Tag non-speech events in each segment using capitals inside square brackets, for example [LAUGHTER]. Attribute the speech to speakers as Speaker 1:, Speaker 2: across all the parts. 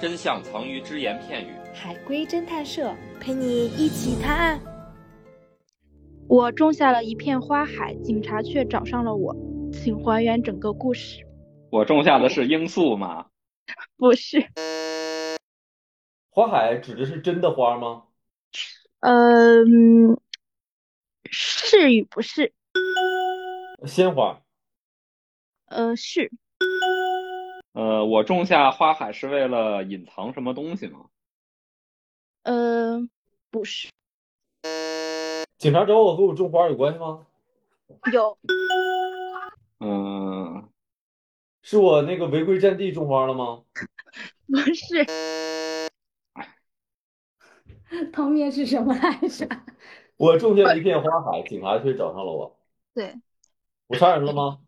Speaker 1: 真相藏于只言片语。
Speaker 2: 海龟侦探社陪你一起探案。
Speaker 3: 我种下了一片花海，警察却找上了我，请还原整个故事。
Speaker 1: 我种下的是罂粟吗？
Speaker 3: 不是，
Speaker 4: 花海指的是真的花吗？
Speaker 3: 嗯，是与不是？
Speaker 4: 鲜花。
Speaker 3: 呃，是，
Speaker 1: 呃，我种下花海是为了隐藏什么东西吗？
Speaker 3: 呃，不是，
Speaker 4: 警察找我和我种花有关系吗？
Speaker 3: 有，
Speaker 1: 嗯、
Speaker 4: 是我那个违规占地种花了吗？
Speaker 3: 不是，
Speaker 5: [LAUGHS] 汤面是什么来着？
Speaker 4: 我种下一片花海，警察却找上了我。
Speaker 3: 对，
Speaker 4: 我杀人了吗？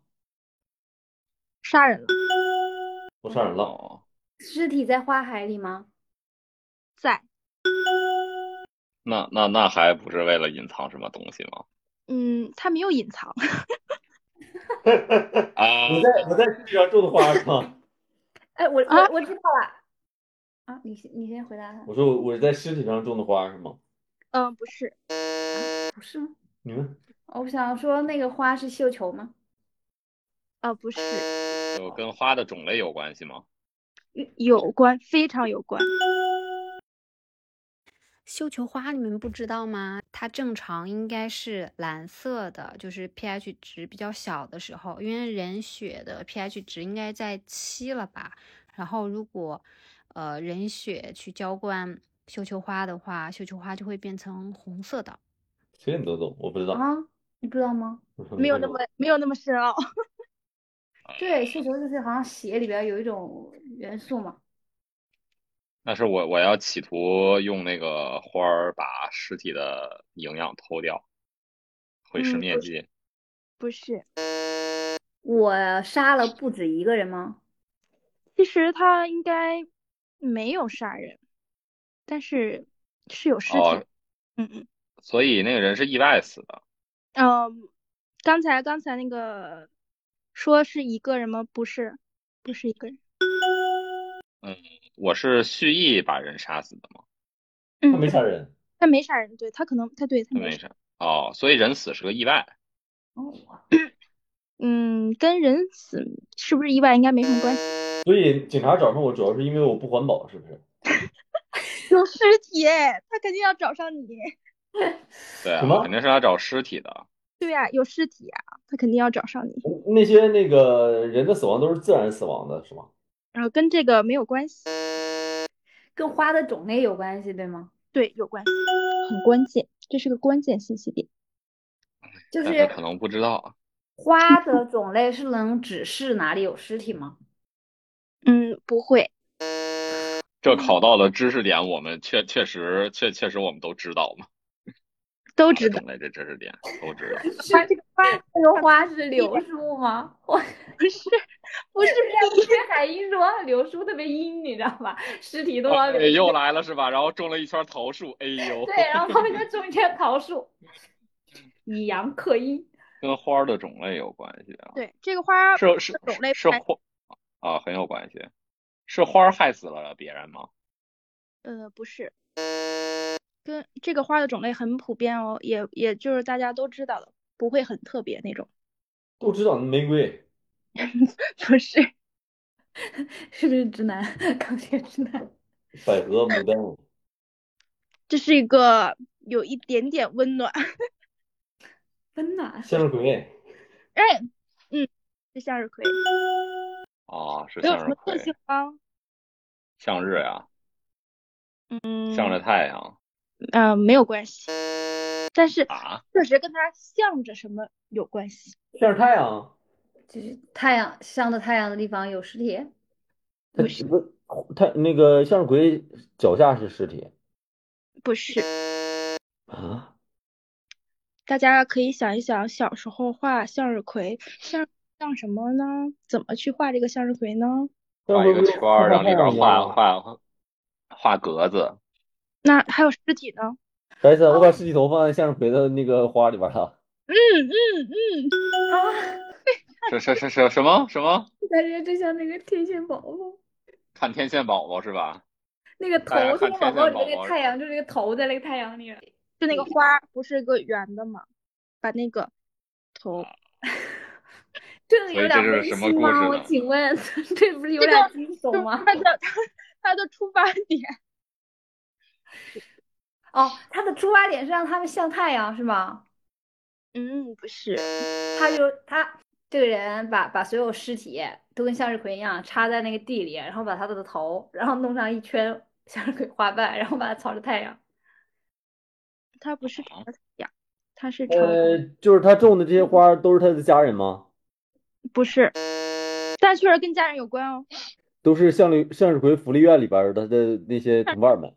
Speaker 3: 杀人了，
Speaker 4: 我杀人了。
Speaker 1: 哦，
Speaker 5: 尸体在花海里吗？
Speaker 3: 在，
Speaker 1: 那那那还不是为了隐藏什么东西吗？
Speaker 3: 嗯，他没有隐藏， [LAUGHS]
Speaker 1: 啊，
Speaker 4: 我在我在地上种的花是吗？
Speaker 5: 哎，我
Speaker 3: 啊
Speaker 5: 我我知道了。啊，你先你先回答他。
Speaker 4: 我说我我在尸体上种的花是吗？
Speaker 3: 嗯、不是，
Speaker 5: 不是吗？哦
Speaker 4: 你们
Speaker 5: 我想说那个花是绣球吗？
Speaker 3: 啊、不是，
Speaker 1: 有跟花的种类有关系吗？
Speaker 3: 嗯有关，非常有关，
Speaker 6: 绣球花你们不知道吗？它正常应该是蓝色的，就是 pH 值比较小的时候，因为人血的 pH 值应该在七了吧。然后如果呃人血去浇灌绣球花的话，绣球花就会变成红色的。
Speaker 4: 这你都懂，我不知道。
Speaker 5: 啊，你不知道吗？
Speaker 3: 嗯没有那么没有那么深奥， [LAUGHS]
Speaker 5: 对，绣球就是好像血里边有一种元素嘛。
Speaker 1: 那是我我要企图用那个花儿把尸体的营养偷掉，毁尸
Speaker 3: 嗯
Speaker 1: 灭
Speaker 3: 不
Speaker 1: 迹。
Speaker 3: 不是。
Speaker 5: 我杀了不止一个人吗？
Speaker 3: 其实他应该没有杀人，但是是有尸体
Speaker 1: 哦
Speaker 3: 的。嗯嗯
Speaker 1: 所以那个人是意外死的。
Speaker 3: 嗯，刚才刚才那个说是一个人吗？不是，不是一个人。
Speaker 1: 我是蓄意把人杀死的吗？
Speaker 3: 嗯，
Speaker 4: 他没杀人，
Speaker 3: 他没杀人，对他可能他对
Speaker 4: 嗯
Speaker 3: 他没
Speaker 1: 没
Speaker 3: 杀。
Speaker 1: 事。哦，所以人死是个意外。
Speaker 5: 哦，我
Speaker 3: 嗯，跟人死是不是意外应该没什么关系。
Speaker 4: 所以警察找上我主要是因为我不环保，是不是？
Speaker 3: 有尸体，他肯定要找上你。
Speaker 1: 对啊
Speaker 4: 什么，
Speaker 1: 肯定是来找尸体的。
Speaker 3: 对呀、有尸体啊，他肯定要找上你。
Speaker 4: 那些那个人的死亡都是自然死亡的，是吗？
Speaker 3: 然后跟这个没有关系，
Speaker 5: 跟花的种类有关系，对吗？
Speaker 3: 对，有关系，很关键，这是个关键信息点。
Speaker 5: 就
Speaker 1: 大
Speaker 5: 呃是
Speaker 1: 家可能不知道，
Speaker 5: 花的种类是能指示哪里有尸体 [LAUGHS] 吗？
Speaker 3: 嗯，不会。
Speaker 1: 这
Speaker 3: 嗯
Speaker 1: 考到的知识点，我们确确实确确实我们都知道嘛，
Speaker 3: 都知道
Speaker 1: 懂。类这知识点都知道。
Speaker 3: 他这个花
Speaker 5: 这个花是柳树吗？我
Speaker 3: 不是不是
Speaker 5: 不是海英说柳树特别阴，你知道吧？尸体都往
Speaker 1: 哎
Speaker 5: 柳树
Speaker 1: 又来了是吧？然后种了一圈桃树，哎呦，
Speaker 5: 对，然后旁边再种一片桃树，以阳克阴。
Speaker 1: 跟花儿的种类有关系啊？
Speaker 3: 对这个花
Speaker 1: 是是
Speaker 3: 种类
Speaker 1: 是
Speaker 3: 不太
Speaker 1: 花啊，很有关系。是花儿害死了别人吗？
Speaker 3: 呃不是，跟这个花的种类很普遍哦，也也就是大家都知道的，不会很特别那种。 [LAUGHS]
Speaker 4: 都知道玫瑰，
Speaker 3: 不是，
Speaker 5: 是不是直男？钢铁直男。
Speaker 4: 百合、牡丹。
Speaker 3: 这是一个有一点点温暖。
Speaker 5: 真的
Speaker 4: 向日葵，
Speaker 3: 哎，嗯，是向日葵，
Speaker 1: 啊，是
Speaker 3: 没有
Speaker 1: 向
Speaker 3: 什
Speaker 1: 日
Speaker 3: 么特
Speaker 1: 葵，
Speaker 3: 性啊。
Speaker 1: 向日啊，
Speaker 3: 嗯，
Speaker 1: 向着太阳
Speaker 3: 呃没有关系，但是
Speaker 1: 啊，
Speaker 3: 确实跟它向着什么有关系。
Speaker 4: 向日太阳。
Speaker 5: 就是太阳向着太阳的地方有尸体，
Speaker 4: 它
Speaker 3: 不是
Speaker 4: 不，它那个向日葵脚下是尸体
Speaker 3: 不是，
Speaker 4: 啊？
Speaker 3: 大家可以想一想，小时候画向日葵，像像什么呢？怎么去画这个向日葵呢？
Speaker 4: 向
Speaker 1: 画
Speaker 4: 日
Speaker 1: 一
Speaker 4: 葵
Speaker 1: 个
Speaker 4: 不是
Speaker 1: 圈儿，然后里边
Speaker 4: 像太阳
Speaker 1: 画
Speaker 4: 吗
Speaker 1: 画画画格子，
Speaker 3: 那还有尸体呢？
Speaker 4: 白色，我把尸体头放在向日葵的那个花里边了。
Speaker 3: 嗯嗯嗯，
Speaker 1: 是是是是什么什么？
Speaker 5: 感觉就像那个天线宝宝。
Speaker 1: 看天线宝宝是吧？
Speaker 5: 那个头
Speaker 1: 哎呀
Speaker 5: 是
Speaker 1: 看
Speaker 5: 我
Speaker 1: 天
Speaker 5: 宝宝
Speaker 1: 线
Speaker 5: 里
Speaker 1: 宝
Speaker 5: 面那
Speaker 1: 宝
Speaker 5: 个太阳，就是那个头在那个太阳里了。
Speaker 3: 就那个花儿不是个圆的嘛，把那个 [LAUGHS] 头
Speaker 5: 这个
Speaker 1: 所
Speaker 5: 有
Speaker 1: 以
Speaker 5: 点
Speaker 1: 这
Speaker 5: 温
Speaker 1: 是什么
Speaker 5: 馨
Speaker 1: 故事
Speaker 5: 吗？我
Speaker 1: 呢
Speaker 5: 请问，这不是有
Speaker 3: 这
Speaker 5: 点
Speaker 3: 个
Speaker 5: 惊
Speaker 3: 就
Speaker 5: 悚吗？
Speaker 3: 它的它它的出发点，
Speaker 5: 哦，他的出发点是让他们像太阳，是吗？
Speaker 3: [LAUGHS] 嗯，不是，
Speaker 5: 他就他这个人把把所有尸体都跟向日葵一样插在那个地里，然后把他的头，然后弄上一圈向日葵花瓣，然后把它朝着太阳。
Speaker 3: 它不是朝
Speaker 1: 啊
Speaker 3: 太阳，它是朝
Speaker 4: 呃，就是他种的这些花儿都是他的家人吗？
Speaker 3: 不是，但确实跟家人有关哦。
Speaker 4: 都是向日向日葵福利院里边儿的他的那些同伴们。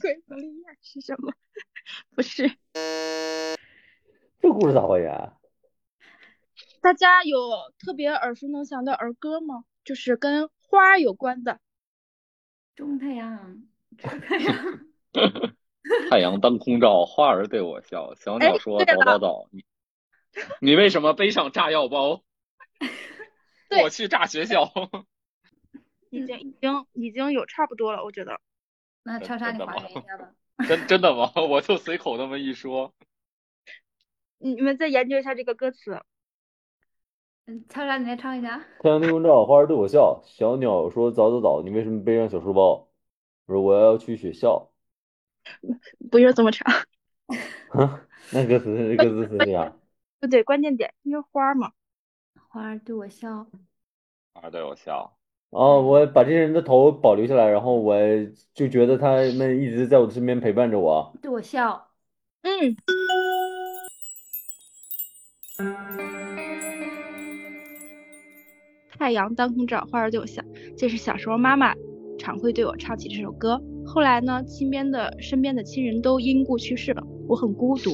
Speaker 3: 鬼狐狸院是什么？ [LAUGHS] 不是，
Speaker 4: 这故事啊咋还原？
Speaker 3: 大家有特别耳熟能详的儿歌吗？就是跟花有关的。
Speaker 5: 中太阳，中太阳，
Speaker 1: [LAUGHS] 太阳当空照，花儿对我笑。小鸟说：“
Speaker 3: 哎对
Speaker 1: 早早
Speaker 3: 了
Speaker 1: 早，你你为什么背上炸药包？
Speaker 3: [LAUGHS] 对
Speaker 1: 我去炸学
Speaker 3: [LAUGHS]
Speaker 1: 校。
Speaker 3: 已经已经已经有差不多了，我觉得。
Speaker 5: 那
Speaker 1: 真 [LAUGHS]
Speaker 5: 莎莎
Speaker 1: 真
Speaker 5: 你
Speaker 1: 的
Speaker 5: 还
Speaker 1: 吗
Speaker 5: 原一下吧。
Speaker 1: 真真的吗？ [LAUGHS] 我就随口那么一说。
Speaker 3: 你你们再研究一下这个歌词。
Speaker 5: 嗯，莎莎你来唱一下。啊
Speaker 4: 太阳当空照，花儿对我笑。小鸟说：“早早早，你为什么背上小书包？”我说：“我要去学校。 [LAUGHS]
Speaker 3: 不是这么长，”
Speaker 4: 那歌词歌词是这样，
Speaker 3: 不对，关键点因为花嘛。
Speaker 5: 花儿对我笑，
Speaker 1: 花儿对我笑，
Speaker 4: 哦，我把这些人的头保留下来，然后我就觉得他们一直在我身边陪伴着我。
Speaker 5: 对我笑。 [LAUGHS]
Speaker 3: 嗯，太阳当空照，花儿对我笑。这是小时候妈妈常会对我唱起这首歌。后来呢，亲边的身边的亲人都因故去世了，我很孤独。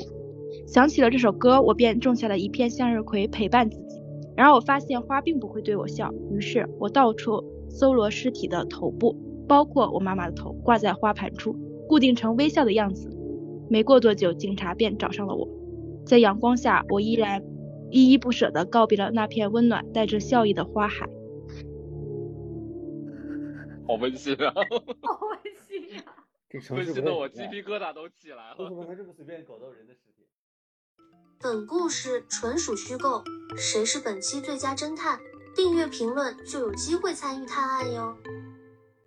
Speaker 3: 想起了这首歌，我便种下了一片向日葵陪伴自己。然而我发现花并不会对我笑，于是我到处搜罗尸体的头部，包括我妈妈的头，挂在花盘处，固定成微笑的样子。没过多久，警察便找上了我。在阳光下，我依然依依不舍地告别了那片温暖带着笑意的花海。
Speaker 1: 好温馨 [LAUGHS] 啊！
Speaker 5: 好温馨呀！
Speaker 4: 这
Speaker 1: [LAUGHS]
Speaker 4: 城
Speaker 1: 温
Speaker 4: 市哎
Speaker 1: 馨的我鸡皮疙瘩都起来
Speaker 4: 为
Speaker 1: 了。
Speaker 4: 什么能这么随便搞到人的尸体？
Speaker 7: 本故事纯属虚构，谁是本期最佳侦探？订阅评论就有机会参与探案哟。